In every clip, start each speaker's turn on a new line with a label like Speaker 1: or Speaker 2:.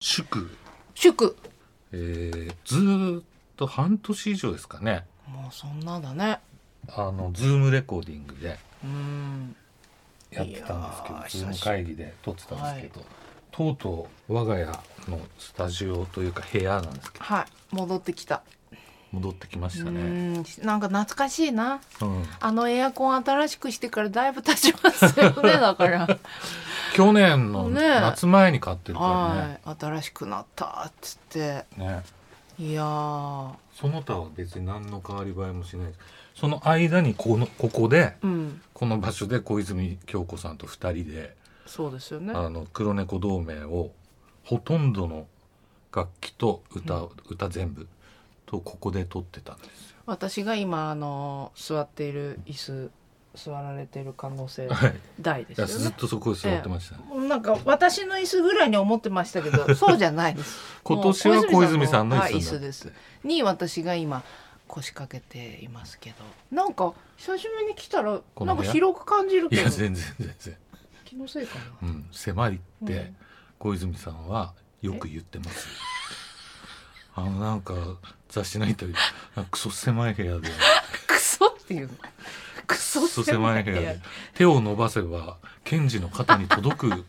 Speaker 1: 祝、
Speaker 2: 祝
Speaker 1: えー、ずーっと半年以上ですかね
Speaker 2: もうそんなだね
Speaker 1: あのズームレコーディングで
Speaker 2: うん
Speaker 1: やってたんですけ
Speaker 2: い
Speaker 1: ど
Speaker 2: やー
Speaker 1: ズーム会議で撮ってたんですけど、とうとう我が家のスタジオというか部屋なんですけど
Speaker 2: はい戻ってきた
Speaker 1: 戻ってきました
Speaker 2: う
Speaker 1: ね、
Speaker 2: んなんか懐かしいな
Speaker 1: うん、
Speaker 2: あのエアコン新しくしてからだいぶ経ちますよねだ から
Speaker 1: 去年の
Speaker 2: ね
Speaker 1: 夏前に買ってるか
Speaker 2: はい新しくなったっつって
Speaker 1: らねね
Speaker 2: いやー
Speaker 1: その他は別に何の変わり映えもしないですその間にこのここで
Speaker 2: うん
Speaker 1: この場所で小泉京子さんと2人で
Speaker 2: そうですよね
Speaker 1: あの黒猫同盟をほとんどの楽器と歌,、歌全部とここで撮ってたんですよ。
Speaker 2: 私が今あの座っている椅子座られてる可能性
Speaker 1: はい、
Speaker 2: 大です
Speaker 1: いや
Speaker 2: よ
Speaker 1: ずっ
Speaker 2: ね
Speaker 1: とそこで座ってましたね、
Speaker 2: なんか私の椅子ぐらいに思ってましたけ どそうじゃないです
Speaker 1: 今年は小泉さんの
Speaker 2: もう
Speaker 1: 椅子
Speaker 2: 小泉さんのはい椅子
Speaker 1: にな
Speaker 2: で
Speaker 1: って
Speaker 2: すに私が今腰掛けていますけどなんか久しぶりに来たら
Speaker 1: こ
Speaker 2: な
Speaker 1: の
Speaker 2: ん
Speaker 1: 部
Speaker 2: か
Speaker 1: 屋
Speaker 2: 広く感じる
Speaker 1: い
Speaker 2: けど
Speaker 1: や
Speaker 2: 気
Speaker 1: 全然全然、
Speaker 2: のせいか
Speaker 1: う、
Speaker 2: なん
Speaker 1: 狭いって、
Speaker 2: うん
Speaker 1: 小泉さんはよく言ってますあのなんか雑誌のインタビューなんかクソ狭い部屋で
Speaker 2: クソっていうの クソ
Speaker 1: クソ狭い部屋で手を伸ばせば賢治の肩に届く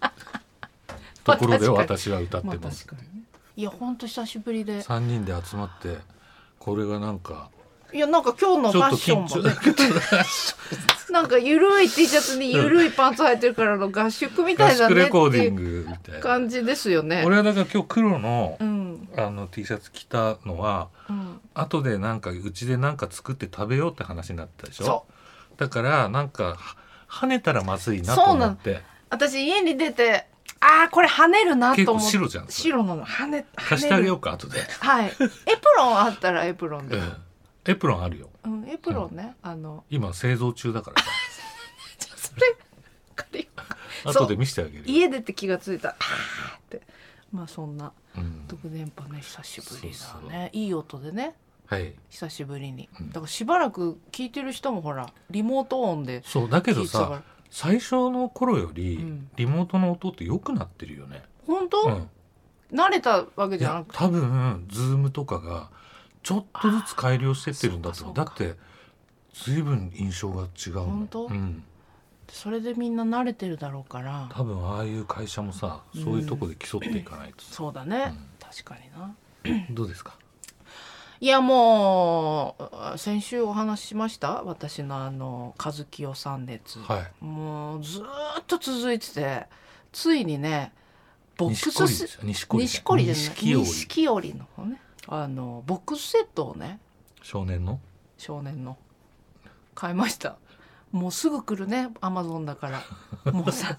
Speaker 1: ところで私は歌っ
Speaker 2: まあ
Speaker 1: てます
Speaker 2: 確かにねいやほんと久しぶりで
Speaker 1: 3人で集まってこれがなんか
Speaker 2: いやなんか今日の
Speaker 1: ち
Speaker 2: フ
Speaker 1: ょっ
Speaker 2: ァッ
Speaker 1: と
Speaker 2: ション
Speaker 1: 緊
Speaker 2: も
Speaker 1: 張
Speaker 2: ねなんかゆるい T シャツにゆるいパンツ履いてるからの合宿みた
Speaker 1: 合
Speaker 2: いだ
Speaker 1: 宿
Speaker 2: ね
Speaker 1: レ
Speaker 2: って
Speaker 1: コー
Speaker 2: い
Speaker 1: ディン
Speaker 2: う
Speaker 1: グみたいな
Speaker 2: 感じですよね。
Speaker 1: 俺はだから今日黒の
Speaker 2: うん
Speaker 1: あの T シャツ着たのは
Speaker 2: うん、
Speaker 1: 後でなんかうちでなんか作って食べようって話になったでしょ
Speaker 2: そ
Speaker 1: だからなんかは跳ねたらまずいなと思って
Speaker 2: う私家に出てああこれ跳ねるなと思って
Speaker 1: 結構白じゃんそれ
Speaker 2: 白なの跳ね跳ねる
Speaker 1: 貸してあげようか後で、
Speaker 2: はいエプロンあったらエプロン
Speaker 1: う
Speaker 2: で、
Speaker 1: ん、エプロンあるよ
Speaker 2: うん、エプロンね、あの
Speaker 1: 今製造中だからさ
Speaker 2: じゃあそれ借りようか
Speaker 1: 後で見せてあげるよ、
Speaker 2: 家出て気がついたあーってまあそんな
Speaker 1: うん、
Speaker 2: 独電波ね久しぶり
Speaker 1: そ
Speaker 2: だ
Speaker 1: う
Speaker 2: ねいい音でね
Speaker 1: はい
Speaker 2: 久しぶりに、
Speaker 1: うん
Speaker 2: だからしばらく聞いてる人もほらリモート音で
Speaker 1: そうだけ
Speaker 2: 聞
Speaker 1: ど
Speaker 2: いてたか
Speaker 1: さ
Speaker 2: ら
Speaker 1: 最初の頃より
Speaker 2: うん
Speaker 1: リモートの音って良くなってるよね、
Speaker 2: 本
Speaker 1: う
Speaker 2: 当、
Speaker 1: ん、
Speaker 2: 慣れたわけ
Speaker 1: い
Speaker 2: じゃな
Speaker 1: や
Speaker 2: くて
Speaker 1: 多分ズームとかがちょっとずつ改良してってるんだと
Speaker 2: あーそ
Speaker 1: 思
Speaker 2: う
Speaker 1: う
Speaker 2: か
Speaker 1: だって随分印象が違うの
Speaker 2: 本当
Speaker 1: うん、
Speaker 2: それでみんな慣れてるだろうから
Speaker 1: 多分ああいう会社もさそういうとこで競っていかないと、
Speaker 2: そうだね、
Speaker 1: うん
Speaker 2: 確かにな
Speaker 1: どうですか
Speaker 2: いやもうあ先週お話ししました私のあの和清さん熱、
Speaker 1: はい
Speaker 2: もうずーっと続いててついにねボック
Speaker 1: 錦
Speaker 2: ス
Speaker 1: 織
Speaker 2: セ
Speaker 1: ですよ錦織
Speaker 2: 錦織じゃない
Speaker 1: 錦織
Speaker 2: 錦織の方ねあのボックスセットをね
Speaker 1: 少年の
Speaker 2: 少年の買いましたもうすぐ来るねアマゾンだからも うさ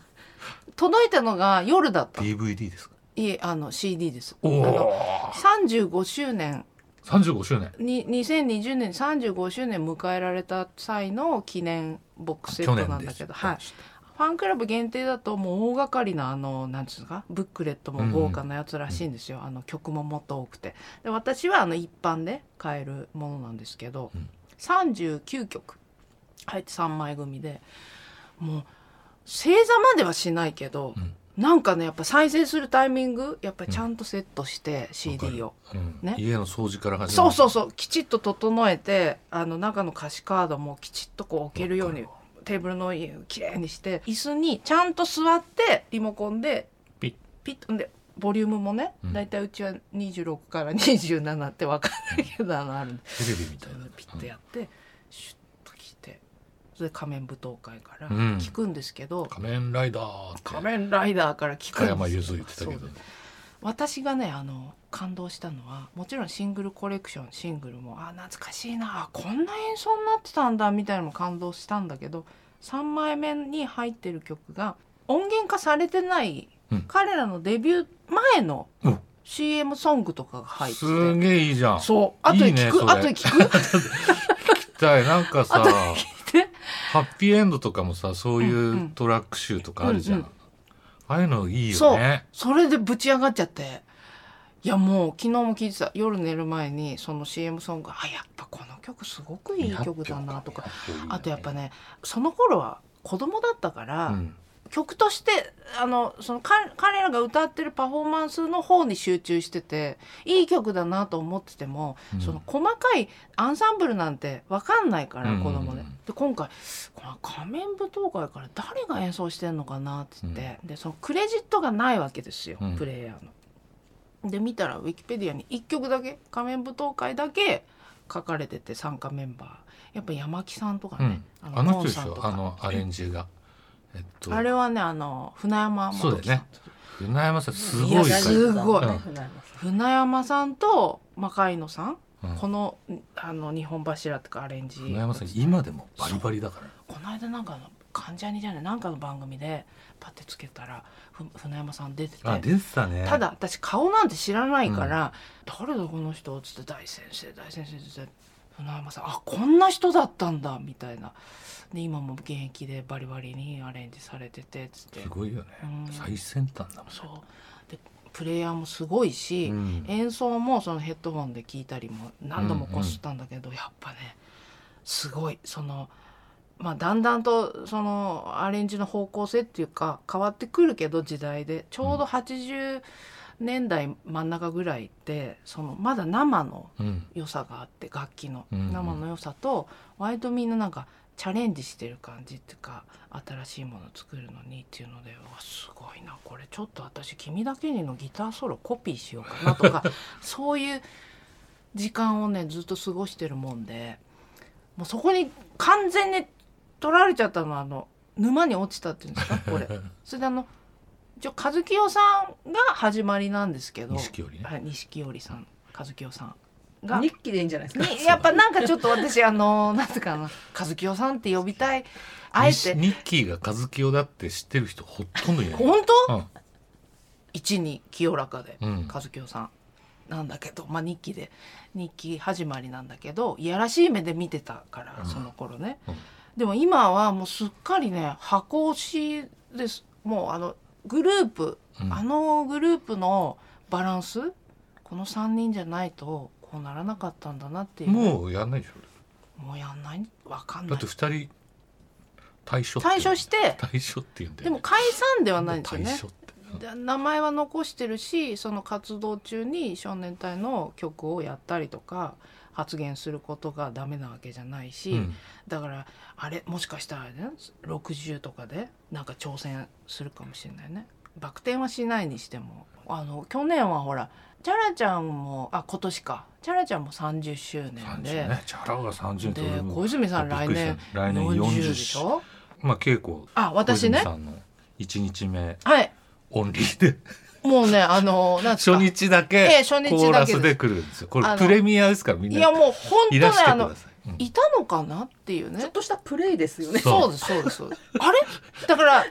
Speaker 2: 届いたのが夜だったい
Speaker 1: DVD ですか
Speaker 2: えあの CD です
Speaker 1: お
Speaker 2: あの
Speaker 1: お
Speaker 2: 35周年
Speaker 1: 35周年
Speaker 2: に2020年35周年迎えられた際の記念ボックスセッ
Speaker 1: 去
Speaker 2: ト
Speaker 1: 年
Speaker 2: なん
Speaker 1: で
Speaker 2: だけ
Speaker 1: す
Speaker 2: ど、はい、ファンクラブ限定だともう大掛かりなあのなんつうのかブックレットも豪華なやつらしいんですよ、あの曲ももっと多くてで私はあの一般で買えるものなんですけど、
Speaker 1: うん
Speaker 2: 39曲入って3枚組でもう正座まではしないけど、
Speaker 1: うん
Speaker 2: なんかねやっぱ再生するタイミングやっぱりちゃんとセットして
Speaker 1: わかる
Speaker 2: CD を。
Speaker 1: うん
Speaker 2: ね
Speaker 1: 家の掃除から始ま
Speaker 2: そう
Speaker 1: る
Speaker 2: そうそうきちっと整えてあの中の歌詞カードもきちっとこう置けるようにテーブルの上きれいにして椅子にちゃんと座ってリモコンで
Speaker 1: ピッ
Speaker 2: ピッとんでボリュームもね、
Speaker 1: うん
Speaker 2: だいたいうちは26から27って分かんないけどあのあるんで
Speaker 1: テレビみたいな
Speaker 2: ピッとやって、シュッと来てそれで仮面舞踏会から
Speaker 1: うん
Speaker 2: 聞くんですけど、
Speaker 1: 仮面ライダーって
Speaker 2: 仮面ライダーから聞くん
Speaker 1: 加
Speaker 2: ですよ
Speaker 1: 山雄三言ってたけ
Speaker 2: そう
Speaker 1: ど
Speaker 2: 私がねあの感動したのはもちろんシングルコレクションシングルもあ懐かしいなあこんな演奏になってたんだみたいなのも感動したんだけど3枚目に入ってる曲が音源化されてない、
Speaker 1: うん
Speaker 2: 彼らのデビュー前の
Speaker 1: うん
Speaker 2: CM ソングとかが入ってて、
Speaker 1: すげえいいじゃん聞
Speaker 2: そう後で
Speaker 1: いいね
Speaker 2: 聞く
Speaker 1: それ
Speaker 2: 後で聞く
Speaker 1: きたいなんかさ
Speaker 2: 後で聞いて
Speaker 1: ハッピーエンドとかもさそうい
Speaker 2: んう
Speaker 1: うんうトラック集とかあるじゃん、
Speaker 2: うんうん
Speaker 1: ああいうのいい
Speaker 2: そ
Speaker 1: よ
Speaker 2: う
Speaker 1: ね
Speaker 2: それでぶち上がっちゃっていやもう昨日も聞いてた夜寝る前にその CM ソングあやっぱこの曲すごくいい曲だなとかあとやっぱねその頃は子供だったから、
Speaker 1: うん
Speaker 2: 曲としてあのそのか彼らが歌ってるパフォーマンスの方に集中してていい曲だなと思ってても、
Speaker 1: うん
Speaker 2: その細かいアンサンブルなんて分かんないから
Speaker 1: うん
Speaker 2: 子供
Speaker 1: う
Speaker 2: で
Speaker 1: んうん
Speaker 2: で今回この仮面舞踏会から誰が演奏してんのかなって言って、でそのクレジットがないわけですよ、
Speaker 1: うん
Speaker 2: プレイヤーの。で見たらウィキペディアに1曲だけ仮面舞踏会だけ書かれてて参加メンバーやっぱ山木さんとかね、
Speaker 1: あの人でし
Speaker 2: コンさんと
Speaker 1: ょ
Speaker 2: か
Speaker 1: あのアレンジがえっと
Speaker 2: あれはねあの船山
Speaker 1: そうだ
Speaker 2: 元
Speaker 1: よ
Speaker 2: 樹さん
Speaker 1: ね船山さんすごい
Speaker 2: いや
Speaker 1: から
Speaker 2: すごい
Speaker 1: うん
Speaker 2: 船山さんと魔界野さん、
Speaker 1: うん
Speaker 2: このあの日本柱とかアレンジ
Speaker 1: 船山さん今でもバリバリだから
Speaker 2: この間なんかの関ジャニじゃないなんかの番組でパッてつけたらふ船山さん出てて
Speaker 1: あ出てたね
Speaker 2: ただ私顔なんて知らないから「誰だこの人」っつって「大先生大先生」っつって船山さん「あこんな人だったんだ」みたいなで今も現役でバリバリにアレンジされててっつって
Speaker 1: すごいよね
Speaker 2: うん
Speaker 1: 最先端だもん
Speaker 2: そうでプレイヤーもすごいし、
Speaker 1: うん
Speaker 2: 演奏もそのヘッドホンで聞いたりも何度もこすったんだけど、やっぱねすごいその、まあ、だんだんとそのアレンジの方向性っていうか変わってくるけど時代でちょうど80年代真ん中ぐらいってそのまだ生の
Speaker 1: うん
Speaker 2: 良さがあって楽器の
Speaker 1: うんうん
Speaker 2: 生の良さと割とみんななんかチャレンジしてる感じっていうか新しいもの作るのにっていうのでうわすごいなこれちょっと私「君だけに」のギターソロコピーしようかな とかそういう時間をねずっと過ごしてるもんでもうそこに完全に取られちゃったのはあの沼に落ちたっていうんですかこれ。それであの一応和清さんが始まりなんですけど
Speaker 1: 錦織ね
Speaker 2: はい錦織さん和清さんが
Speaker 3: 日記でいいんじゃないですか。
Speaker 2: にやっぱなんかちょっと私あのなんていうかな和清さんって呼びたいあえて
Speaker 1: ニッキーが和清だって知ってる人ほとんどいない
Speaker 2: 本当
Speaker 1: うん
Speaker 2: 一に清らかで
Speaker 1: うん
Speaker 2: 和清さんなんだけど、まあ、日記で日記始まりなんだけどいやらしい目で見てたから、
Speaker 1: うん
Speaker 2: その頃ね、
Speaker 1: うん
Speaker 2: でも今はもうすっかりね箱推しですもうあのグループ、
Speaker 1: うん
Speaker 2: あのグループのバランスこの3人じゃないとこうならなかったんだなっていう
Speaker 1: もうやんないでしょ
Speaker 2: もうやんないわかん
Speaker 1: だ
Speaker 2: ない
Speaker 1: って二人対象
Speaker 2: 退所して
Speaker 1: 対象って言うんだ
Speaker 2: で
Speaker 1: よ
Speaker 2: も
Speaker 1: ね
Speaker 2: 解散ではないんですよ
Speaker 1: 対
Speaker 2: ね
Speaker 1: 象って
Speaker 2: で名前は残してるしその活動中に少年隊の曲をやったりとか発言することがダメなわけじゃないし、
Speaker 1: うん
Speaker 2: だからあれもしかしたらね60とかでなんか挑戦するかもしれないねバク転はしないにしてもあの去年はほらチャラちゃんもあ今年かチャラちゃんも30周年
Speaker 1: 30
Speaker 2: で、
Speaker 1: ねチャラが30って
Speaker 2: で
Speaker 1: 俺も
Speaker 2: 小泉さん来
Speaker 1: びっくりし
Speaker 2: 年
Speaker 1: た来年
Speaker 2: 40
Speaker 1: 40
Speaker 2: でしょ
Speaker 1: まあ稽古
Speaker 2: あ
Speaker 1: 小
Speaker 2: 私
Speaker 1: 泉
Speaker 2: ね
Speaker 1: さんの一日目
Speaker 2: はい
Speaker 1: オンリーで
Speaker 2: もうねあのなんです
Speaker 1: 初
Speaker 2: か
Speaker 1: 日だけ
Speaker 2: ええ初日だけで
Speaker 1: コ
Speaker 2: す
Speaker 1: ーラスで来るんですよこれ
Speaker 2: あの
Speaker 1: プレミアですからみん
Speaker 2: い
Speaker 1: な
Speaker 2: やもう本当
Speaker 1: い
Speaker 2: ね
Speaker 1: らして
Speaker 2: あ
Speaker 1: く
Speaker 2: の
Speaker 1: ださいうん
Speaker 2: いたのかなっていう
Speaker 3: ちょっ
Speaker 2: ね。
Speaker 3: としたプレイですよね。
Speaker 1: そう
Speaker 2: そうですそうですそうです。あれだから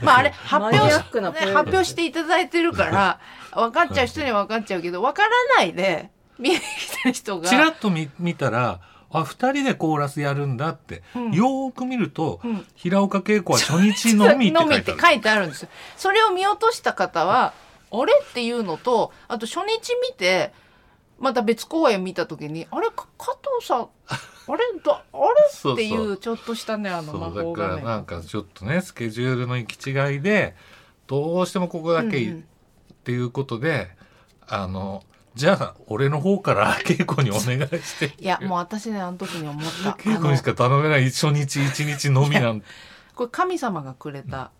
Speaker 2: まああれ発表
Speaker 3: マニ
Speaker 2: し
Speaker 3: アックな
Speaker 2: ね
Speaker 3: プレイ
Speaker 2: 発表していただいて るから分かっちゃう人には分かっちゃうけど分からないで見に来た人が
Speaker 1: ちらっと見見たらあ二人でコーラスやるんだって、
Speaker 2: うん
Speaker 1: よーく見ると、
Speaker 2: うん
Speaker 1: 平岡恵子は初日のみって書いて
Speaker 2: のみ
Speaker 1: ある
Speaker 2: てあるんですよそれを見落とした方はあれっていうのとあと初日見てまた別公演見た時にあれか加 藤さんあれだあれ
Speaker 1: そうそう
Speaker 2: っていうちょっとしたねあの魔
Speaker 1: そう
Speaker 2: 法
Speaker 1: だから
Speaker 2: 画面
Speaker 1: なんかちょっとねスケジュールの行き違いでどうしてもここだけ
Speaker 2: うんうん
Speaker 1: っていうことで、あのじゃあ俺の方から稽古にお願いして
Speaker 2: いやもう私ねあの時に思ったあ
Speaker 1: 稽古
Speaker 2: の
Speaker 1: にしか頼めない初日一日のみなんて
Speaker 2: これ神様がくれた、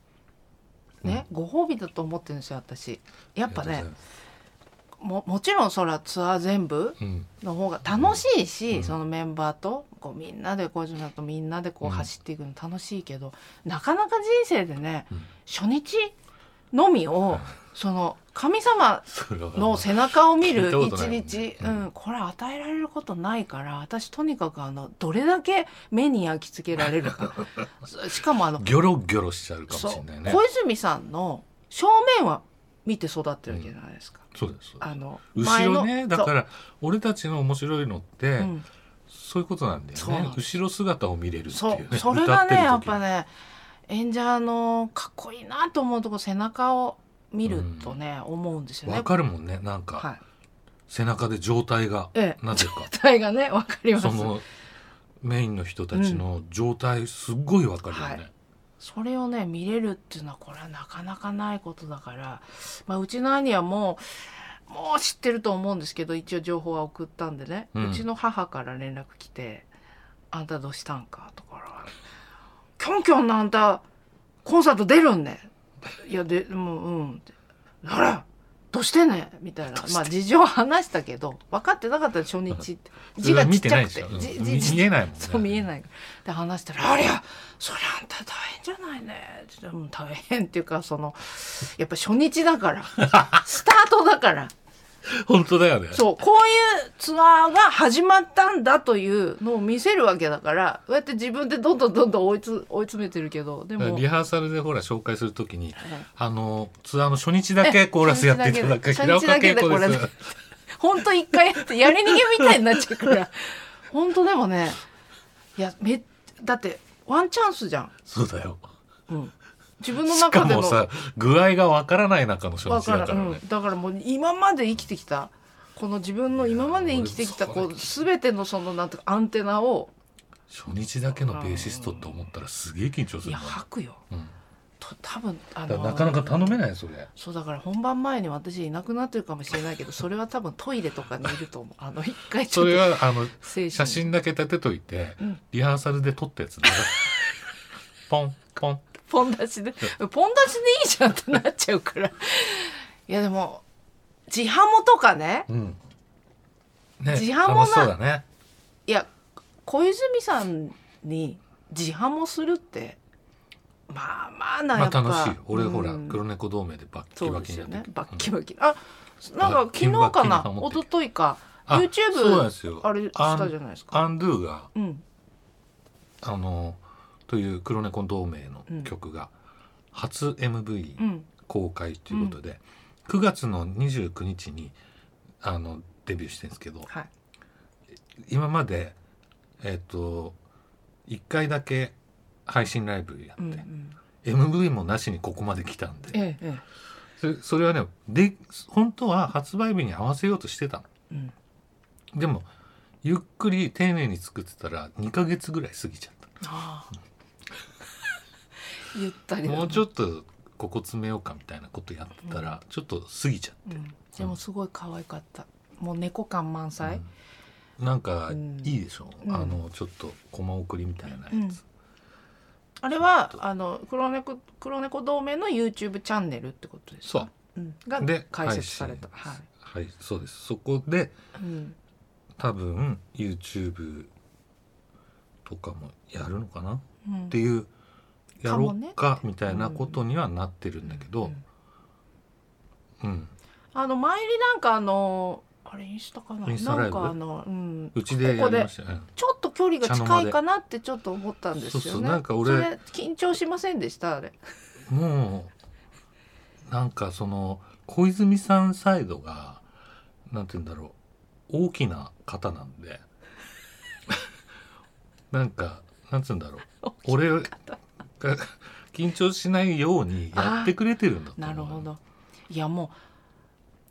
Speaker 2: ね、ご褒美だと思ってるんですよ私やっぱねももちろんそらツアー全部
Speaker 1: うん
Speaker 2: の方が楽しいし、
Speaker 1: うん
Speaker 2: そのメンバーとこうみんなで小島さんとみんなでこう
Speaker 1: うん
Speaker 2: 走っていくの楽しいけど、なかなか人生でね、
Speaker 1: うん
Speaker 2: 初日のみをその神様
Speaker 1: それは
Speaker 2: の背中を見
Speaker 1: 聞い
Speaker 2: る
Speaker 1: たこ
Speaker 2: 一
Speaker 1: とないもんね
Speaker 2: 日、う
Speaker 1: うん
Speaker 2: ん、これ与えられることないから私とにかくあのどれだけ目に焼き付けられ るかしかもあの
Speaker 1: ギョロギョロしちゃうかもし
Speaker 2: そ
Speaker 1: れ
Speaker 2: う
Speaker 1: ないね
Speaker 2: 小泉さんの正面は見て育ってるわけじゃないですか、
Speaker 1: そうですそうです
Speaker 2: あの、
Speaker 1: 後ろねだからら俺たちの面白いのって、
Speaker 2: そううん
Speaker 1: そういうことなんだよ
Speaker 2: そうな
Speaker 1: ね
Speaker 2: んで
Speaker 1: 後ろ姿を見れるっていう
Speaker 2: そ
Speaker 1: ね
Speaker 2: うそれがねや
Speaker 1: 歌
Speaker 2: ってぱ
Speaker 1: る時
Speaker 2: ね演者のかっこいいなと思うとこ背中を見るとね、思うんですよね。
Speaker 1: わかるもんねなんか、
Speaker 2: はい、
Speaker 1: 背中で状態が、
Speaker 2: ええ
Speaker 1: な ぜか
Speaker 2: 答えがねわかります
Speaker 1: そのメインの人たちの状態すっごいわかるよね、
Speaker 2: はいそれをね見れるっていうのはこれはなかなかないことだから、まあ、うちの兄はもうもう知ってると思うんですけど一応情報は送ったんでね、
Speaker 1: う
Speaker 2: うんちの母から連絡来て「あんたどうしたんか?」とか「キョンキョンのあんたコンサート出るんね」いやでもううんって「あらどうしてんねん」みたいなまあ事情は話したけど分かってなかったら初日って字がちっちゃくて
Speaker 1: それは見
Speaker 2: じ
Speaker 1: てないで
Speaker 2: じ
Speaker 1: しょ
Speaker 2: じ
Speaker 1: うん見えないもんね
Speaker 2: そう見えないで話したら「ありゃそりゃあんた大変じゃないね」ちょっとうん大変っていうかそのやっぱ初日 だからスタートだから
Speaker 1: 本当だよね
Speaker 2: そうこういうツアーが始まったんだというのを見せるわけだからこうやって自分でどんどんどんどん追いつ 追い詰めてるけどで
Speaker 1: だから
Speaker 2: も
Speaker 1: リ。ハーサルでほら紹介するときに
Speaker 2: はい
Speaker 1: あのツアーの初日だけコーラスやっていただく
Speaker 2: 初
Speaker 1: 平
Speaker 2: 日
Speaker 1: 岡
Speaker 2: だ
Speaker 1: 恵
Speaker 2: け
Speaker 1: 子で
Speaker 2: 初日だけでこれ
Speaker 1: す
Speaker 2: ねほんと一回やってやり逃げみたいになっちゃうから本当でもねいやめだってワンチャンスじゃん、
Speaker 1: そうだよ
Speaker 2: うん、自分の
Speaker 1: しか
Speaker 2: 中で
Speaker 1: も
Speaker 2: の
Speaker 1: さ具合がわからない中の初
Speaker 2: わ
Speaker 1: 日
Speaker 2: か
Speaker 1: だ
Speaker 2: ら
Speaker 1: か
Speaker 2: う
Speaker 1: らね
Speaker 2: ん、だからもう今まで生きてきたこの自分の今まで生きてきた
Speaker 1: いや
Speaker 2: こ
Speaker 1: 俺
Speaker 2: う全てのそのなんていうかアンテナを
Speaker 1: 初日だけのベーシストって思ったらすげえ緊張す
Speaker 2: い
Speaker 1: る
Speaker 2: や
Speaker 1: もん
Speaker 2: 吐くよ
Speaker 1: うん
Speaker 2: と多分あ
Speaker 1: だから
Speaker 2: の
Speaker 1: なかなか頼めないそれ
Speaker 2: そうだから本番前に私いなくなってるかもしれないけどそれは多分トイレとかにいると思うあの一回ち
Speaker 1: そ
Speaker 2: ょっ
Speaker 1: れ
Speaker 2: と
Speaker 1: はあの
Speaker 2: 精神
Speaker 1: 写真だけ立てといて、
Speaker 2: うん
Speaker 1: リハーサルで撮ったやつね ポンポン
Speaker 2: ポン出しでポン出しでいいじゃんってなっちゃうからいやでも自ハモとかね
Speaker 1: うんね
Speaker 2: 自販
Speaker 1: 楽
Speaker 2: もな
Speaker 1: しそうだね
Speaker 2: いや小泉さんに自ハモするってまあまあな
Speaker 1: ま
Speaker 2: や
Speaker 1: あ
Speaker 2: っぱ、
Speaker 1: 楽しい俺ほら
Speaker 2: うん
Speaker 1: 黒猫同盟でバッキ
Speaker 2: そう
Speaker 1: バ
Speaker 2: で
Speaker 1: キに
Speaker 2: す
Speaker 1: や
Speaker 2: よ
Speaker 1: って
Speaker 2: ね
Speaker 1: る
Speaker 2: バッキバキあなんか昨
Speaker 1: バ
Speaker 2: 日
Speaker 1: ッキ
Speaker 2: か
Speaker 1: ンバッ
Speaker 2: な
Speaker 1: キにハモって
Speaker 2: 一昨日か
Speaker 1: あ
Speaker 2: YouTube
Speaker 1: そうなんですよ
Speaker 2: あれしたじゃないですか
Speaker 1: アンドゥが
Speaker 2: うん
Speaker 1: あのという黒猫同盟の曲が初 MV
Speaker 2: うん
Speaker 1: 公開ということで、9月の29日にあのデビューしてるんですけど
Speaker 2: はい
Speaker 1: 今までえっ、と1回だけ配信ライブやって、
Speaker 2: うんうん
Speaker 1: MV もなしにここまで来たんで
Speaker 2: えええ
Speaker 1: それそれはねで本当は発売日に合わせようとしてたの
Speaker 2: えうん
Speaker 1: でもゆっくり丁寧に作ってたら2ヶ月ぐらい過ぎちゃった
Speaker 2: ああ ゆったりだね
Speaker 1: もうちょっとここ詰めようかみたいなことやってたら、ちょっと過ぎちゃっ
Speaker 2: うんでもすごい可愛かったもう猫感満
Speaker 1: た、
Speaker 2: 載
Speaker 1: うんなんか
Speaker 2: うん
Speaker 1: いいでしょ、
Speaker 2: うん
Speaker 1: あのちょっとコマ送りみたいなやつ、
Speaker 2: うんあれはあの黒猫黒猫同盟の YouTube チャンネルってことです
Speaker 1: そう
Speaker 2: かうんが
Speaker 1: で
Speaker 2: 解説されたは
Speaker 1: 配信はい、そうですそこで
Speaker 2: いうん
Speaker 1: 多分 YouTube とかもやるのかな、
Speaker 2: うん
Speaker 1: っていうや
Speaker 2: かも
Speaker 1: ろ
Speaker 2: ね
Speaker 1: うかみたいなことにはなってるんだけど、
Speaker 2: うん
Speaker 1: うん
Speaker 2: あの前になんかあのあれインスタかな
Speaker 1: インスタラ
Speaker 2: な
Speaker 1: イ
Speaker 2: ん
Speaker 1: ブ
Speaker 2: かあのうん
Speaker 1: うちでやりましたよ
Speaker 2: ちょっと距離が近いかなってちょっと思ったんですよね
Speaker 1: そうそうなんか俺
Speaker 2: それ緊張しませんでした あれ
Speaker 1: うんもうなんかその小泉さんサイドがなんて言うんだろう大きな方なんで なんかなんて言うんだろう俺が緊張しないようにやってくれてるんだと思う
Speaker 2: なるほどいやもう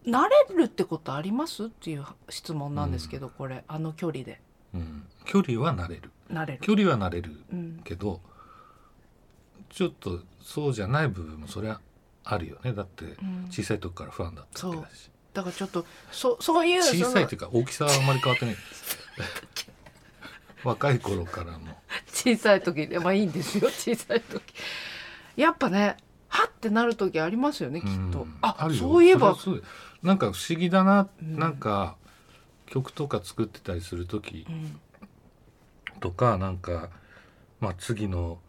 Speaker 2: 慣れるってことありますっていう質問なんですけど、これあの距離で
Speaker 1: うん、距離は慣れる
Speaker 2: 慣れる
Speaker 1: 距離は慣れる
Speaker 2: うん
Speaker 1: けどちょっとそうじゃない部分もそりゃあるよねだって
Speaker 2: うん
Speaker 1: 小さい時からファンだったわけだし
Speaker 2: だからちょっとそそういう
Speaker 1: 小
Speaker 2: そ
Speaker 1: さい
Speaker 2: の
Speaker 1: というか大きさはあんまり変わって ない若い頃からの
Speaker 2: 小さい時でまあいいんで すよ小さい時やっぱねはってなる時ありますよねきっと、
Speaker 1: うん
Speaker 2: あ
Speaker 1: るよ
Speaker 2: そういえば
Speaker 1: それはそうなんか不思議だな、
Speaker 2: うん
Speaker 1: なんか曲とか作ってたりする時
Speaker 2: うん
Speaker 1: とかなんか、まあ、次の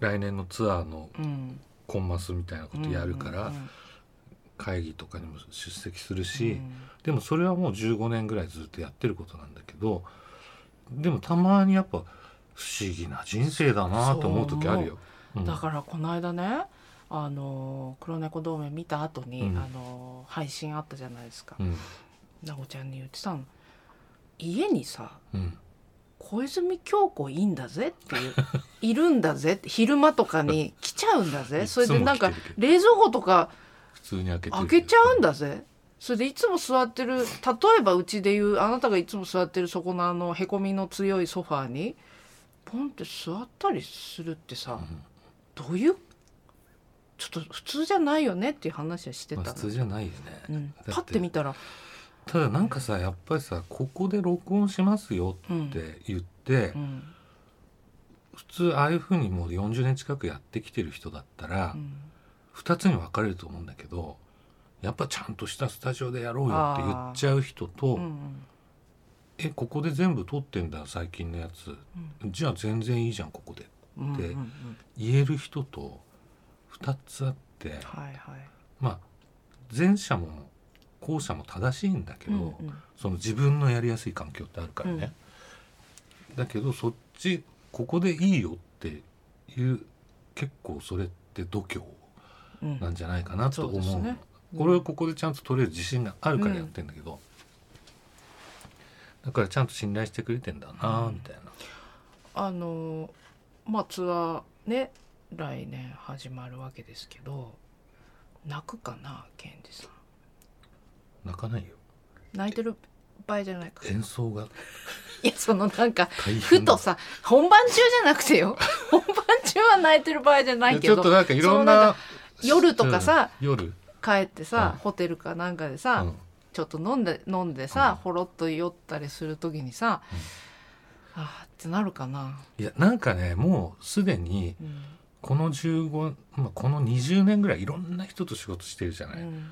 Speaker 1: 来年のツアーの
Speaker 2: うん
Speaker 1: コンマスみたいなことやるから、
Speaker 2: うんうん
Speaker 1: 会議とかにも出席する
Speaker 2: う
Speaker 1: し、
Speaker 2: ん
Speaker 1: でもそれはもう15年ぐらいずっとやってることなんだけどでもたまにやっぱ不思議な人生だなと思う時あるよ。うん
Speaker 2: だからこの間ねあのー黒猫同盟見た後に、
Speaker 1: うん
Speaker 2: あのー配信あったじゃないですか、
Speaker 1: うん
Speaker 2: なごちゃんに言ってたの家にさ
Speaker 1: うん
Speaker 2: 小泉京子いいんだぜって いういるんだぜって昼間とかに来ちゃうんだ ぜ
Speaker 1: いつ
Speaker 2: そ
Speaker 1: も
Speaker 2: れでなんか
Speaker 1: 来てるけど
Speaker 2: 冷蔵庫とか
Speaker 1: 普通に開けてる
Speaker 2: 開けちゃうんだぜそれでいつも座ってる例えばうちでいうあなたがいつも座ってるそこのあのへこみの強いソファーにポンって座ったりするってさ、
Speaker 1: ん
Speaker 2: どういうちょっと普通じゃないよねっていう話はして
Speaker 1: ま
Speaker 2: た
Speaker 1: あ、
Speaker 2: の、
Speaker 1: 普通じゃないよ
Speaker 2: う
Speaker 1: ね、
Speaker 2: ん
Speaker 1: て
Speaker 2: パッて見たら、
Speaker 1: ただなんかさやっぱりさここで録音しますよ
Speaker 2: うん
Speaker 1: って言って、
Speaker 2: うん
Speaker 1: 普通ああいうふうにもう40年近くやってきてる人だったら、
Speaker 2: うん
Speaker 1: 2つに分かれると思うんだけどやっぱちゃんとしたスタジオでやろうよって言っちゃう人と、
Speaker 2: うんうん
Speaker 1: えここで全部撮ってんだ最近のやつじゃあ全然いいじゃんここで
Speaker 2: うん
Speaker 1: で
Speaker 2: うんうんうん
Speaker 1: 言える人と2つあって
Speaker 2: はいはい
Speaker 1: まあ前者も後者も正しいんだけど、
Speaker 2: うんうん
Speaker 1: その自分のやりやすい環境ってあるからね、だけどそっちここでいいよっていう結構それって度胸
Speaker 2: うん
Speaker 1: なんじゃないかなと思う
Speaker 2: そう
Speaker 1: の
Speaker 2: ですねうん
Speaker 1: 俺はここでちゃんと取れる自信があるからやってんだけど、だからちゃんと信頼してくれてんだなみたいな、
Speaker 2: あのまあツアーね来年始まるわけですけど泣くかなケンジさん
Speaker 1: 泣かないよ
Speaker 2: 泣いてる場合じゃないか
Speaker 1: 演奏が
Speaker 2: いやそのなんか
Speaker 1: 大
Speaker 2: ふ
Speaker 1: 変だ
Speaker 2: とさ本番中じゃな くてよ本番中は泣いてる場合じゃない
Speaker 1: や
Speaker 2: け
Speaker 1: ちょ
Speaker 2: ど
Speaker 1: っとなんかいろん
Speaker 2: その
Speaker 1: な
Speaker 2: 夜とかさ、
Speaker 1: うん夜、
Speaker 2: 帰ってさ、
Speaker 1: うん
Speaker 2: ホテルかなんかでさ、
Speaker 1: うん
Speaker 2: ちょっと飲んで飲んでさ、
Speaker 1: うん
Speaker 2: ほろっと酔ったりする時にさ、あーってなるかな、
Speaker 1: いやなんかねもうすでに
Speaker 2: うん
Speaker 1: この15、まあ、この20年ぐらいいろんな人と仕事してるじゃない、
Speaker 2: うん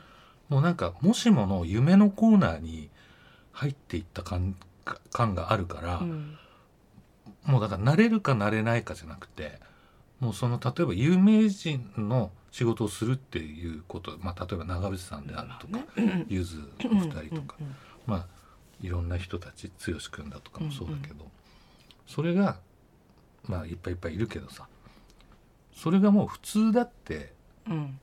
Speaker 1: もうなんかもしもの夢のコーナーに入っていった感感があるから、
Speaker 2: うん
Speaker 1: もうだから慣れるか慣れないかじゃなくてもうその例えば有名人の仕事をするっていうこと、まあ、例えば長渕さんであるとか、ゆずお二人とか、
Speaker 2: うんうん
Speaker 1: まあいろんな人たち剛君だとかもそうだけど、それがまあいっぱいいっぱいいるけどさそれがもう普通だって
Speaker 2: うん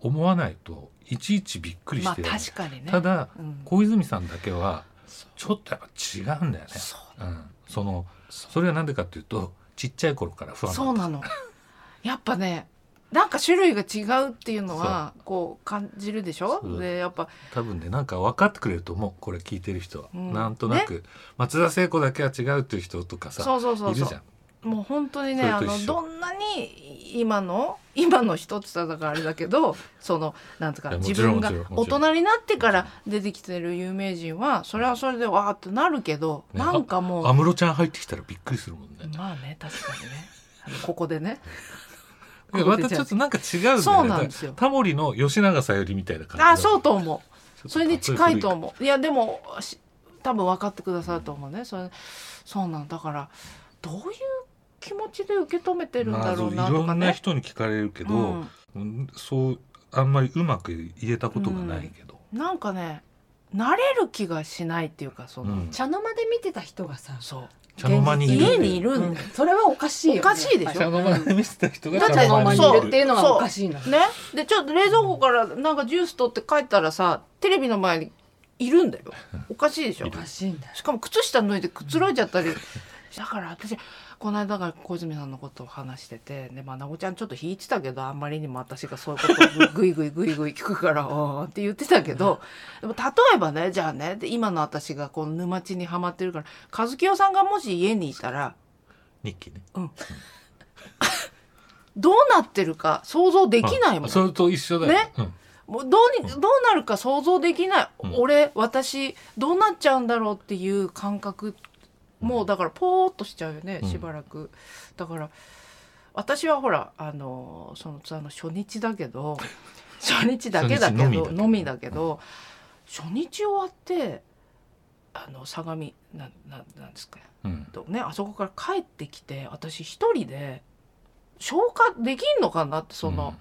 Speaker 1: 思わないといちいちびっくり
Speaker 2: まあ
Speaker 1: してられない
Speaker 2: 確かにね
Speaker 1: ただ
Speaker 2: うん
Speaker 1: 小泉さんだけは
Speaker 2: そ
Speaker 1: ちょっとやっぱ違うんだよね。
Speaker 2: そ
Speaker 1: うん、そのそれはなんでかっていうとちっちゃい頃から不安
Speaker 2: そ
Speaker 1: だ
Speaker 2: う
Speaker 1: った
Speaker 2: なのやっぱねなんか種類が違うっていうのはこう感じるでしょ
Speaker 1: そう
Speaker 2: でやっぱ
Speaker 1: 多分ねなんか分かってくれると思うこれ聞いてる人は、
Speaker 2: うん
Speaker 1: なんとなく、松田聖子だけは違うっていう人とかさ
Speaker 2: そうそうそうそう
Speaker 1: るじゃん
Speaker 2: もう本当にねあ
Speaker 1: それと
Speaker 2: の
Speaker 1: 一緒
Speaker 2: どんなに今の今の人って言ったらだからあれだけど そのなんつう
Speaker 1: い
Speaker 2: か
Speaker 1: やも
Speaker 2: 自
Speaker 1: ちろん
Speaker 2: 分が
Speaker 1: もちろん
Speaker 2: 大
Speaker 1: もちろん
Speaker 2: 人になってから出てきてる有名人はそれはそれでわーってなるけど、
Speaker 1: ね
Speaker 2: なんかもう
Speaker 1: 安室ちゃん入ってきたらびっくりするもんね、
Speaker 2: まあね確かにねあのここ でね
Speaker 1: いやまたちょっとなんか違うんだよね
Speaker 2: そうなんですよ
Speaker 1: タモリの吉永小百合みたいな感じ
Speaker 2: あそううと思うそれに近いと思ういやでもし多分分かってくださると思うねそれそうなんだからどういう気持ちで受け止めてるんだろうな
Speaker 1: まあ、
Speaker 2: と
Speaker 1: いろ
Speaker 2: か
Speaker 1: んな
Speaker 2: ね。
Speaker 1: 人に聞かれるけど、
Speaker 2: うん
Speaker 1: うんそうあんまりうまく言えたことがないけど、
Speaker 2: なんかね慣れる気がしないっていうかその、
Speaker 1: うん
Speaker 3: 茶の間で見てた人がさ、
Speaker 2: そう
Speaker 1: 茶の間にいる
Speaker 2: 家にいるんだよ、
Speaker 3: それはおかしいよね。
Speaker 2: おかしいでしょ
Speaker 1: 茶の間で見せた人が
Speaker 2: だ
Speaker 3: 茶
Speaker 2: って
Speaker 3: の間にいるっていうの
Speaker 2: そう
Speaker 3: はおかしいんだ。
Speaker 2: ねでちょっと冷蔵庫からなんかジュース取って帰ったらさテレビの前にいるんだよおかしいでしょ
Speaker 1: い
Speaker 3: おかしいんだよ。
Speaker 2: しかも靴下脱いでくつろいじゃったり だから私この間だから小泉さんのことを話しててでまあなごちゃんちょっと引いてたけどあんまりにも私がそういうことをぐい ぐいぐいぐい聞くから「おーって言ってたけどでも例えばねじゃあねで今の私がこの沼地にはまってるから和清さんがもし家にいたら
Speaker 1: 日記ね
Speaker 2: どうなってるか想像できないもん
Speaker 1: あそれと一緒だよ
Speaker 2: ね、
Speaker 1: うん
Speaker 2: もうどうにどうなるか想像できない、
Speaker 1: うん
Speaker 2: 俺私どうなっちゃうんだろうっていう感覚もうだからポーっとしちゃうよね
Speaker 1: うん
Speaker 2: しばらく、だから私はほらあのそのツアーの初日だけ ど初日だけだけど
Speaker 1: 初
Speaker 2: の
Speaker 1: 日のみ
Speaker 2: み
Speaker 1: だけど
Speaker 2: だけど、初日終わってあの相模なんなんなんですか
Speaker 1: うん
Speaker 2: とねあそこから帰ってきて私一人で消化できんのかなってその。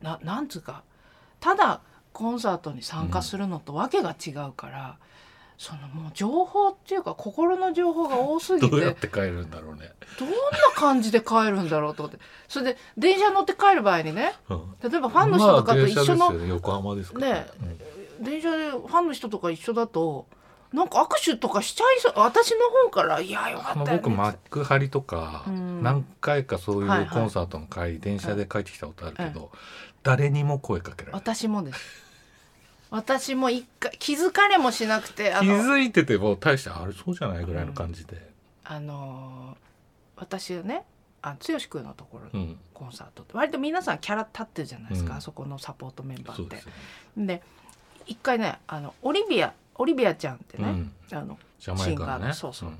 Speaker 2: ななんつうかただコンサートに参加するのとわけが違うから、そのもう情報っていうか心の情報が多す
Speaker 1: ど
Speaker 2: ぎてど
Speaker 1: うやっ
Speaker 2: ん
Speaker 1: て帰るんだろうね。
Speaker 2: な感じで帰るんだろうと思ってそれで電車乗って帰る場合にね
Speaker 1: うん
Speaker 2: 例えばファンの人とかと一緒
Speaker 1: ま
Speaker 2: の
Speaker 1: あ電車ですよね横浜ですから
Speaker 2: ね電車でファンの人とか一緒だとなんか握手とかしちゃいそう私の方から「いやよか
Speaker 1: うん
Speaker 2: っ
Speaker 1: ま
Speaker 2: た
Speaker 1: あ
Speaker 2: よ、ね」
Speaker 1: 僕幕張とか
Speaker 2: うん
Speaker 1: 何回かそう
Speaker 2: はい
Speaker 1: い
Speaker 2: は
Speaker 1: う
Speaker 2: い
Speaker 1: コンサートの帰り電車で帰ってきたことあるけど誰にも声かけられない
Speaker 2: 私もです私も一回気づかれもしなくてあ
Speaker 1: 気
Speaker 2: の
Speaker 1: づいてても大してあれそうじゃないぐらいの感じで
Speaker 2: あのー私ねあ剛君のところの
Speaker 1: うん、
Speaker 2: コンサートって割と皆さんキャラ立ってるじゃないですか、
Speaker 1: うん
Speaker 2: あそこのサポートメンバ
Speaker 1: そ
Speaker 2: ーっ
Speaker 1: うで
Speaker 2: て
Speaker 1: す。よね
Speaker 2: で一回ねあのオリビアオリビアちゃんって
Speaker 1: う
Speaker 2: ね、
Speaker 1: ん、
Speaker 2: あの
Speaker 1: ジャマイカの
Speaker 2: シンガー
Speaker 1: ね
Speaker 2: のそうそう
Speaker 1: うん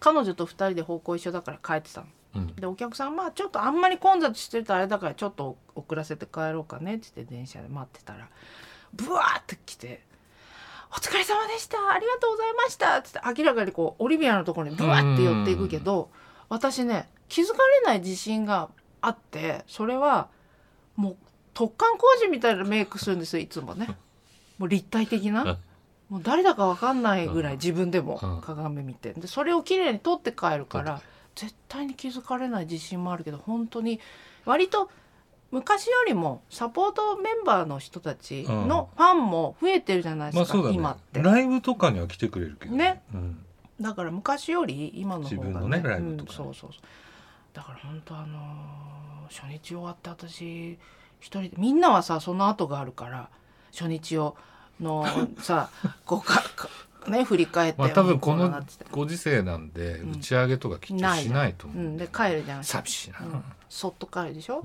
Speaker 2: 彼女と二人で方向一緒だから帰ってたの。
Speaker 1: うん
Speaker 2: でお客さんまあちょっとあんまり混雑してたあれだからちょっと遅らせて帰ろうかねって言って電車で待ってたらブワーって来て「お疲れ様でしたありがとうございました」っつって明らかにこうオリビアのところにブワーって寄っていくけど私ね気づかれない自信があってそれはもう突貫工事みたいなメイクするんですよいつもね。もう立体的なもう誰だかわかんないぐらい自分でも
Speaker 1: うん
Speaker 2: 鏡見てでそれを綺麗に撮って帰るから絶対に気づかれない自信もあるけど本当に割と昔よりもサポートメンバーの人たちのファンも増えてるじゃな
Speaker 1: ま
Speaker 2: いで
Speaker 1: あ
Speaker 2: すか、
Speaker 1: そうだね
Speaker 2: 今って
Speaker 1: ライブとかには来てくれるけど
Speaker 2: ね、
Speaker 1: うん、
Speaker 2: だから昔より今の方が、
Speaker 1: 自分のねライブとかね
Speaker 2: うん、そうそうそうだから本当あのー初日終わって私一人でみんなはさその後があるから初日を のさこうかかね振り返って、
Speaker 1: まあ多分こ
Speaker 2: もうう
Speaker 1: の
Speaker 2: なってて
Speaker 1: ご時世なんで
Speaker 2: うん
Speaker 1: 打ち上げとかきっとしないと思
Speaker 2: う
Speaker 1: うんんだ
Speaker 2: で
Speaker 1: よね、
Speaker 2: 帰るじゃん
Speaker 1: 寂しいな、
Speaker 2: うんそっと帰るでしょ、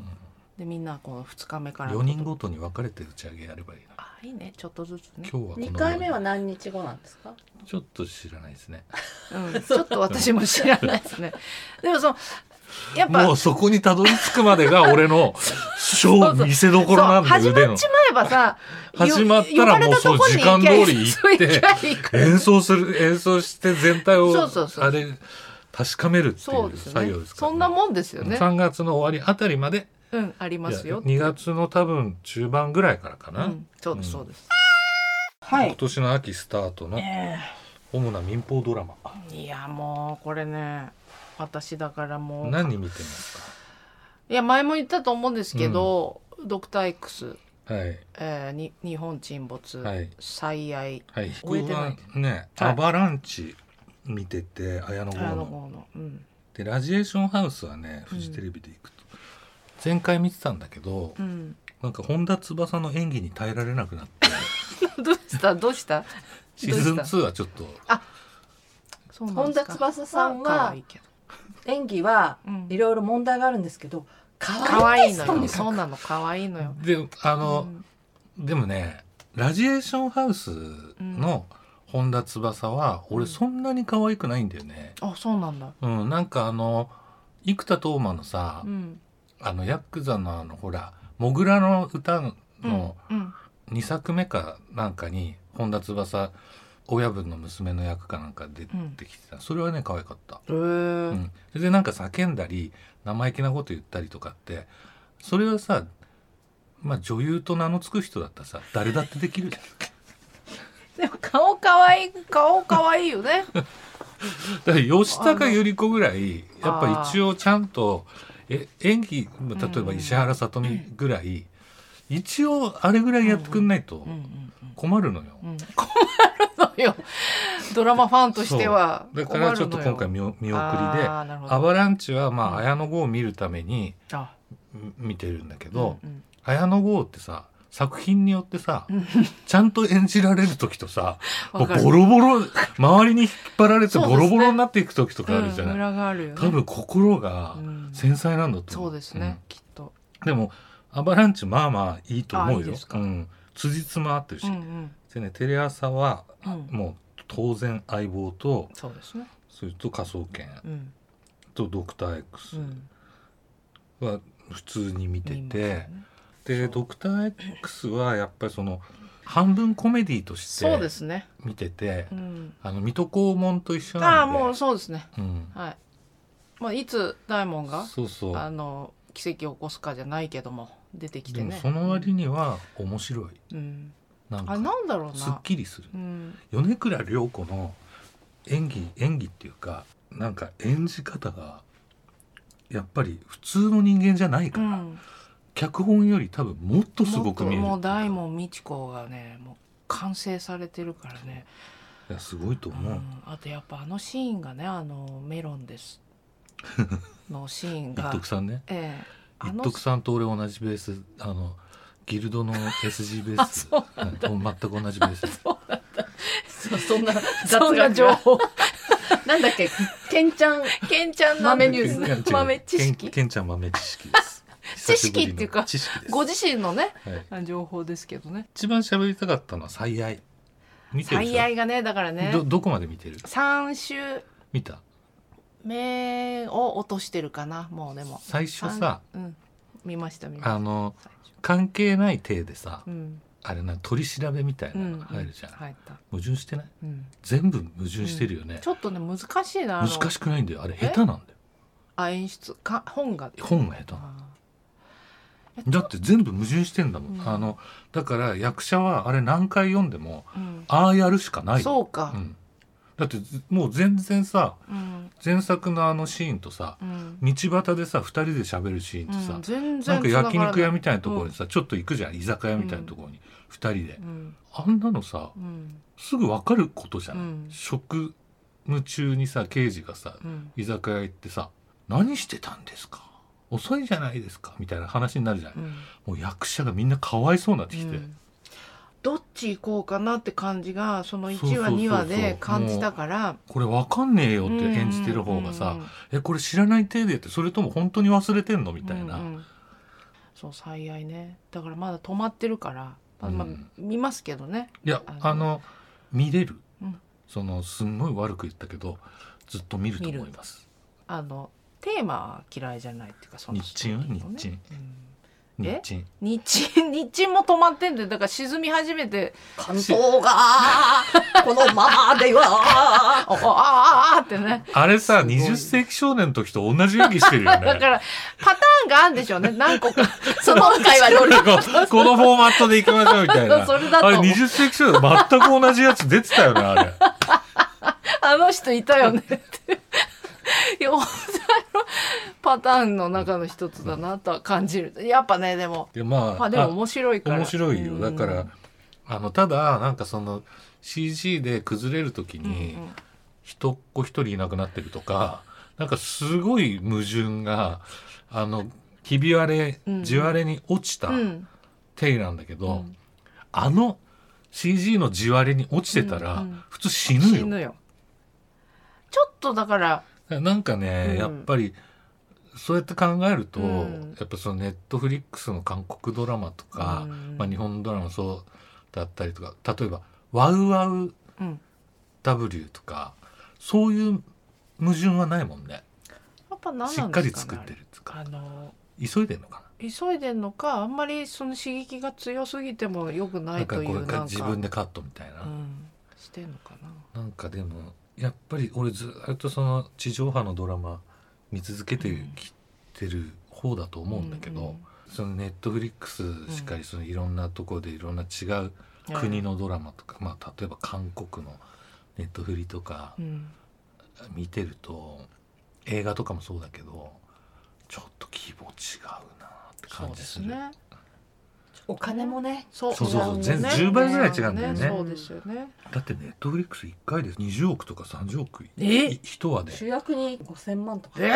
Speaker 2: でみんなこの2日目から
Speaker 1: 4人ごとに分かれて打ち上げやればいいな
Speaker 2: あいいねちょっとずつ
Speaker 1: 今
Speaker 2: ね、
Speaker 1: 日はこの
Speaker 3: 二回目は何日後なんですか。
Speaker 1: ちょっと知らないですね
Speaker 2: うん、ちょっと私も知らない ですねでもそのやっぱ
Speaker 1: もうそこにたどり着くまでが俺の勝負見せどころなんだ
Speaker 2: そ
Speaker 1: よ
Speaker 2: う始
Speaker 1: 腕
Speaker 2: ま
Speaker 1: の
Speaker 2: っちまえば さ
Speaker 1: 始まったらもうそう時間通り行 って演奏する演奏して全体を
Speaker 2: そうそうそう
Speaker 1: あれ確かめるってい
Speaker 2: そう
Speaker 1: う
Speaker 2: です
Speaker 1: 作
Speaker 2: ね
Speaker 1: 業ですから、
Speaker 2: そんなもんですよね
Speaker 1: 3月の終わりあたりまで
Speaker 2: うんありますよ
Speaker 1: いや2月の多分中盤ぐらいからか
Speaker 2: う
Speaker 1: な、
Speaker 2: んそうです
Speaker 1: うん
Speaker 2: そうです、は
Speaker 1: 今
Speaker 2: い、
Speaker 1: 年の秋スタートの主な民放ドラマ
Speaker 2: いやもうこれね私だからもう
Speaker 1: 何見てます
Speaker 2: いや前も言ったと思うんですけど、ドクター X、
Speaker 1: かはい
Speaker 2: えー、に日本沈没、
Speaker 1: はい
Speaker 2: 最愛
Speaker 1: はい
Speaker 2: 終えてない
Speaker 1: 僕はね「
Speaker 2: はい
Speaker 1: アバランチ」見てて綾野剛
Speaker 2: あの
Speaker 1: の
Speaker 2: 方の、うん
Speaker 1: で「ラジエーションハウス」はねフジテレビで行くと、前回見てたんだけど、
Speaker 2: うん、
Speaker 1: なんか本田翼の演技に耐えられなくなって
Speaker 2: どうしたどうした
Speaker 1: シーズン
Speaker 2: どうし
Speaker 1: 2はちょっと
Speaker 2: そうなん
Speaker 3: 本
Speaker 2: です
Speaker 3: 田
Speaker 2: か
Speaker 3: 翼さん
Speaker 2: 可
Speaker 3: は
Speaker 2: 愛いけど
Speaker 3: 演技は
Speaker 2: うん
Speaker 3: いろいろ問題があるんですけど、
Speaker 2: 可
Speaker 3: 可
Speaker 2: 愛
Speaker 3: 愛
Speaker 2: い
Speaker 3: い
Speaker 2: の
Speaker 3: の
Speaker 2: よ
Speaker 3: よ。
Speaker 2: そうなの可愛いのよ
Speaker 1: であの、
Speaker 2: うん
Speaker 1: でもね「ラジエーションハウス」の本田翼は俺そんなに可愛くないんだよね。
Speaker 2: あそうなんだ
Speaker 1: うん、なんかあの生田斗真のさ、
Speaker 2: うん
Speaker 1: あのヤクザのあのほら「モグラの歌」の
Speaker 2: うん
Speaker 1: 2作目かなんかに本田翼親分の娘の役かなんか出てきてた、それはね可愛かった。
Speaker 2: へー
Speaker 1: うん、それでなんか叫んだり生意気なこと言ったりとかってそれはさ、まあ、女優と名の付く人だったらさ誰だってできるじ ゃん。
Speaker 2: でも顔可愛い顔可愛いよね
Speaker 1: だから吉高由里子ぐらいやっぱ一応ちゃんとえ演技例えば石原さとみぐらい、一応あれぐらいやってくんないと
Speaker 2: うんうん
Speaker 1: 困るのよ、
Speaker 2: うんうん困るのよドラマファンとしては
Speaker 1: だからちょっと今回
Speaker 2: 見
Speaker 1: 見お見送りで
Speaker 2: あーな
Speaker 1: 「
Speaker 2: るほ
Speaker 1: ア
Speaker 2: ど
Speaker 1: バランチ」はま
Speaker 2: うん
Speaker 1: あ綾野剛を見るために
Speaker 2: あ
Speaker 1: み見てるんだけど、
Speaker 2: うん
Speaker 1: 綾野剛ってさ作品によってさ、
Speaker 2: うん
Speaker 1: ちゃんと演じられる時とさも
Speaker 2: わ
Speaker 1: う
Speaker 2: かる
Speaker 1: ボロボロ周りに引っ張られて
Speaker 2: そう
Speaker 1: ボ
Speaker 2: ですね
Speaker 1: ロボロになっていく時とかあるじゃ
Speaker 2: う
Speaker 1: なんい、
Speaker 2: 裏があるよね
Speaker 1: 多分心が
Speaker 2: うん
Speaker 1: 繊細なんだと思、
Speaker 2: そううですねきっと
Speaker 1: うんでもアバランチまあまあいいと思
Speaker 2: あ
Speaker 1: う
Speaker 2: いい
Speaker 1: よ
Speaker 2: ですか
Speaker 1: うん、辻褄合ってるし、
Speaker 2: うんうん
Speaker 1: でねテレ朝は
Speaker 2: うん
Speaker 1: もう当然相棒と
Speaker 2: そうですね
Speaker 1: それと科捜研
Speaker 2: うん
Speaker 1: とドクター X
Speaker 2: うん
Speaker 1: は普通に見て
Speaker 2: 見ます
Speaker 1: て、
Speaker 2: よね
Speaker 1: でドクター X はやっぱりその半分コメディとし
Speaker 2: そうで
Speaker 1: て
Speaker 2: すね
Speaker 1: 見てて、
Speaker 2: うん
Speaker 1: あの水戸黄門と一緒
Speaker 2: あ
Speaker 1: な
Speaker 2: あ
Speaker 1: んで
Speaker 2: もうそうですね
Speaker 1: うん、
Speaker 2: はい。まあ、いつ大門が、
Speaker 1: そうそう
Speaker 2: あの、奇跡を起こすかじゃないけども、出てきて
Speaker 1: でも
Speaker 2: ね。
Speaker 1: その割には面白い
Speaker 2: うん。
Speaker 1: なん
Speaker 2: あ、
Speaker 1: か
Speaker 2: なんだろう
Speaker 1: すっ
Speaker 2: な。
Speaker 1: きりする
Speaker 2: うん。
Speaker 1: 米倉涼子の演技演技っていうかなんか演じ方がやっぱり普通の人間じゃないか
Speaker 2: う
Speaker 1: ら、
Speaker 2: ん。
Speaker 1: 脚本より多分もっとすごく見える
Speaker 2: もっともう大門未知子がね、もう完成されてるからね。
Speaker 1: いやすごいと
Speaker 2: う
Speaker 1: 思う、
Speaker 2: んあとやっぱあのシーンがね、あのメロ ンです。のシーン
Speaker 1: 一
Speaker 2: が。
Speaker 1: 徳さんね
Speaker 2: ええあ
Speaker 1: 一
Speaker 2: の。
Speaker 1: 徳さんと俺同じベースあのギルドの SG ベース
Speaker 2: あそう
Speaker 1: うん全く同 じベース
Speaker 3: そそんな雑
Speaker 2: そんな
Speaker 3: 学
Speaker 2: 情
Speaker 3: 情報。
Speaker 2: 報。
Speaker 3: なんだっけ、ケンちゃん
Speaker 2: ケンちゃんのメニュ
Speaker 1: けんけん
Speaker 2: ー
Speaker 1: ち
Speaker 2: ス
Speaker 1: ゃん
Speaker 2: 豆知
Speaker 1: けん
Speaker 2: 識
Speaker 1: けんちゃん豆知識です。
Speaker 2: 知識っていうか
Speaker 1: 久しぶりの知識です。
Speaker 2: ご自身のね
Speaker 1: はい
Speaker 2: 情報ですけどね
Speaker 1: 一番喋りたかったのは最愛。見てるでしょ
Speaker 2: 最愛がねだからね
Speaker 1: どどこまで見てる？
Speaker 2: 3週
Speaker 1: 見た。
Speaker 2: 目を落としてるかなもうでも
Speaker 1: 最初さ、
Speaker 2: あうん、見ました見ました
Speaker 1: あの
Speaker 2: 最初
Speaker 1: 関係ない体でさ、
Speaker 2: うん
Speaker 1: あれな取り調べみたいなのが入るじゃん。
Speaker 2: 入った、
Speaker 1: 矛盾してない？
Speaker 2: うん、
Speaker 1: 全部矛盾してるよね
Speaker 2: ち。ょっとね難しいなあの
Speaker 1: 難しくないんだよ。あれ
Speaker 2: え
Speaker 1: 下手なんだよ。
Speaker 2: あ演出か本が
Speaker 1: 本が下手なの。
Speaker 2: あ
Speaker 1: だって全部矛盾してんだもん。
Speaker 2: うん
Speaker 1: あのだから役者はあれ何回読んでも
Speaker 2: ーうん
Speaker 1: ああやるしかないよ。
Speaker 2: そうか
Speaker 1: う、ん、だってずもう全然さ
Speaker 2: うん
Speaker 1: 前作のあのシーンとさ
Speaker 2: うん
Speaker 1: 道端でさ2人で喋るシーンってさ、
Speaker 2: うん、全然
Speaker 1: なんか焼肉屋みたいなところ
Speaker 2: に、
Speaker 1: にさ、ちょっと行くじゃん居酒屋みたいなところに2人で
Speaker 2: う、ん
Speaker 1: あんなのさ
Speaker 2: うん
Speaker 1: すぐ分かることじゃない、
Speaker 2: うん
Speaker 1: 職務中にさ刑事がさ
Speaker 2: うん
Speaker 1: 居酒屋行ってさ「何してたんですか遅いじゃないですか」みたいな話になるじゃない、
Speaker 2: うん
Speaker 1: もう役者がみんなかわいそうになってきて、
Speaker 2: うんどっち行こうかなって感じがその
Speaker 1: そう
Speaker 2: 1
Speaker 1: そうそ
Speaker 2: 話
Speaker 1: うそう
Speaker 2: 2話で感じたから
Speaker 1: これ分かんねえよって演じてる方がさ、えこれ知らない程度やってそれとも本当に忘れてんのみ
Speaker 2: み
Speaker 1: たいな、
Speaker 2: そう最愛ねだからまだ止まってるから、まあまあ
Speaker 1: うん
Speaker 2: 見ますけどね
Speaker 1: いや
Speaker 2: あの
Speaker 1: あの見れる、
Speaker 2: うん
Speaker 1: そのすんごい悪く言ったけどずっと見ると思います
Speaker 2: あのテーマは嫌いじゃないっていうかその
Speaker 1: 日陳は
Speaker 2: ストーリーのね
Speaker 1: 日陳
Speaker 2: うん見
Speaker 1: 日
Speaker 2: るえ
Speaker 1: 陳
Speaker 2: 日陳日陳も止まってんでだから沈み始めて
Speaker 3: 関東がこのままでは
Speaker 2: ああああ あってね
Speaker 1: あれさ
Speaker 2: すごい
Speaker 1: 20世紀少年の時と同じ演技してるよ
Speaker 2: だか
Speaker 1: ね
Speaker 2: らパターンがあるんでしょうね何個かその
Speaker 3: 今回はどれ
Speaker 1: こうこのフォーマットでいきましょうみたいな
Speaker 2: それだと
Speaker 1: あれ
Speaker 2: 思う
Speaker 1: 20世紀少年全く同じやつ出てたよね あれ
Speaker 2: あの人いたよねって。いや、パターンの中の一つだなとは感じる。やっぱね、でも、
Speaker 1: でまあ
Speaker 2: まあでも面白い
Speaker 1: あ
Speaker 2: から。
Speaker 1: 面白いよ
Speaker 2: うん
Speaker 1: だから、、あのただなんかその CG で崩れる時
Speaker 2: うんう
Speaker 1: に、
Speaker 2: ん
Speaker 1: 人っ子一人いなくなってるとかなんかすごい矛盾があのひび割れ
Speaker 2: うん
Speaker 1: 地割れに落ちた
Speaker 2: うん
Speaker 1: 体なんだけど、
Speaker 2: うん
Speaker 1: あの CG の地割れに落ちてたら、
Speaker 2: うんうん
Speaker 1: 普通死ぬ
Speaker 2: 死
Speaker 1: よ。
Speaker 2: ぬよ。ちょっとだから、
Speaker 1: なんかね、
Speaker 2: うん
Speaker 1: やっぱりそうやって考えると、
Speaker 2: うん
Speaker 1: やっぱそのネットフリックスの韓国ドラマとか、
Speaker 2: うん
Speaker 1: まあ、日本ドラマそうだったりとか例えば「ワウワウ
Speaker 2: うん
Speaker 1: W」とかそういう矛盾はないもんね
Speaker 2: やっぱ何なんで
Speaker 1: し
Speaker 2: すか、ね、
Speaker 1: っかり作ってるっていうか
Speaker 2: あれ。あの、
Speaker 1: 急いでんのかな
Speaker 2: 急いでんのか、あんまりその刺激が強すぎても良くな
Speaker 1: なん
Speaker 2: い
Speaker 1: か
Speaker 2: とい
Speaker 1: こ
Speaker 2: う、
Speaker 1: れ
Speaker 2: なんか、
Speaker 1: か自分でカットみたいうな、
Speaker 2: ん、してんのかな。
Speaker 1: なんかでもやっぱり俺ずっとその地上波のドラマ見続けてきてる方だと思うんだけど、
Speaker 2: うんうん
Speaker 1: そのネットフリックスしっかりそのいろんなところでいろんな違う国のドラマとか、まあ、例えば韓国のネットフリとか
Speaker 2: うん。
Speaker 1: 見てると映画とかもそうだけどちょっと規模違うなって
Speaker 2: そう
Speaker 1: 感
Speaker 2: で
Speaker 1: じ
Speaker 2: す
Speaker 1: する。
Speaker 2: ね。
Speaker 3: お金もね
Speaker 2: そう
Speaker 1: そうそうそう
Speaker 2: 違んだよ
Speaker 1: 全10倍ぐらい違うんだよね
Speaker 2: そうですよね。
Speaker 1: だってネットフリックス1回で20億とか30億い
Speaker 2: え
Speaker 1: い一話で
Speaker 3: 主役に5000万とか
Speaker 2: え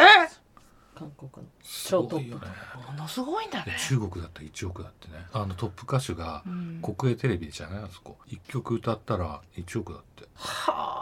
Speaker 3: 韓国の
Speaker 1: すごいよね
Speaker 2: ものすごいんだね。
Speaker 1: 中国だったら1億だってねあのトップ歌手が
Speaker 2: うん
Speaker 1: 国営テレビじゃないあそこ1曲歌ったら1億だって
Speaker 2: は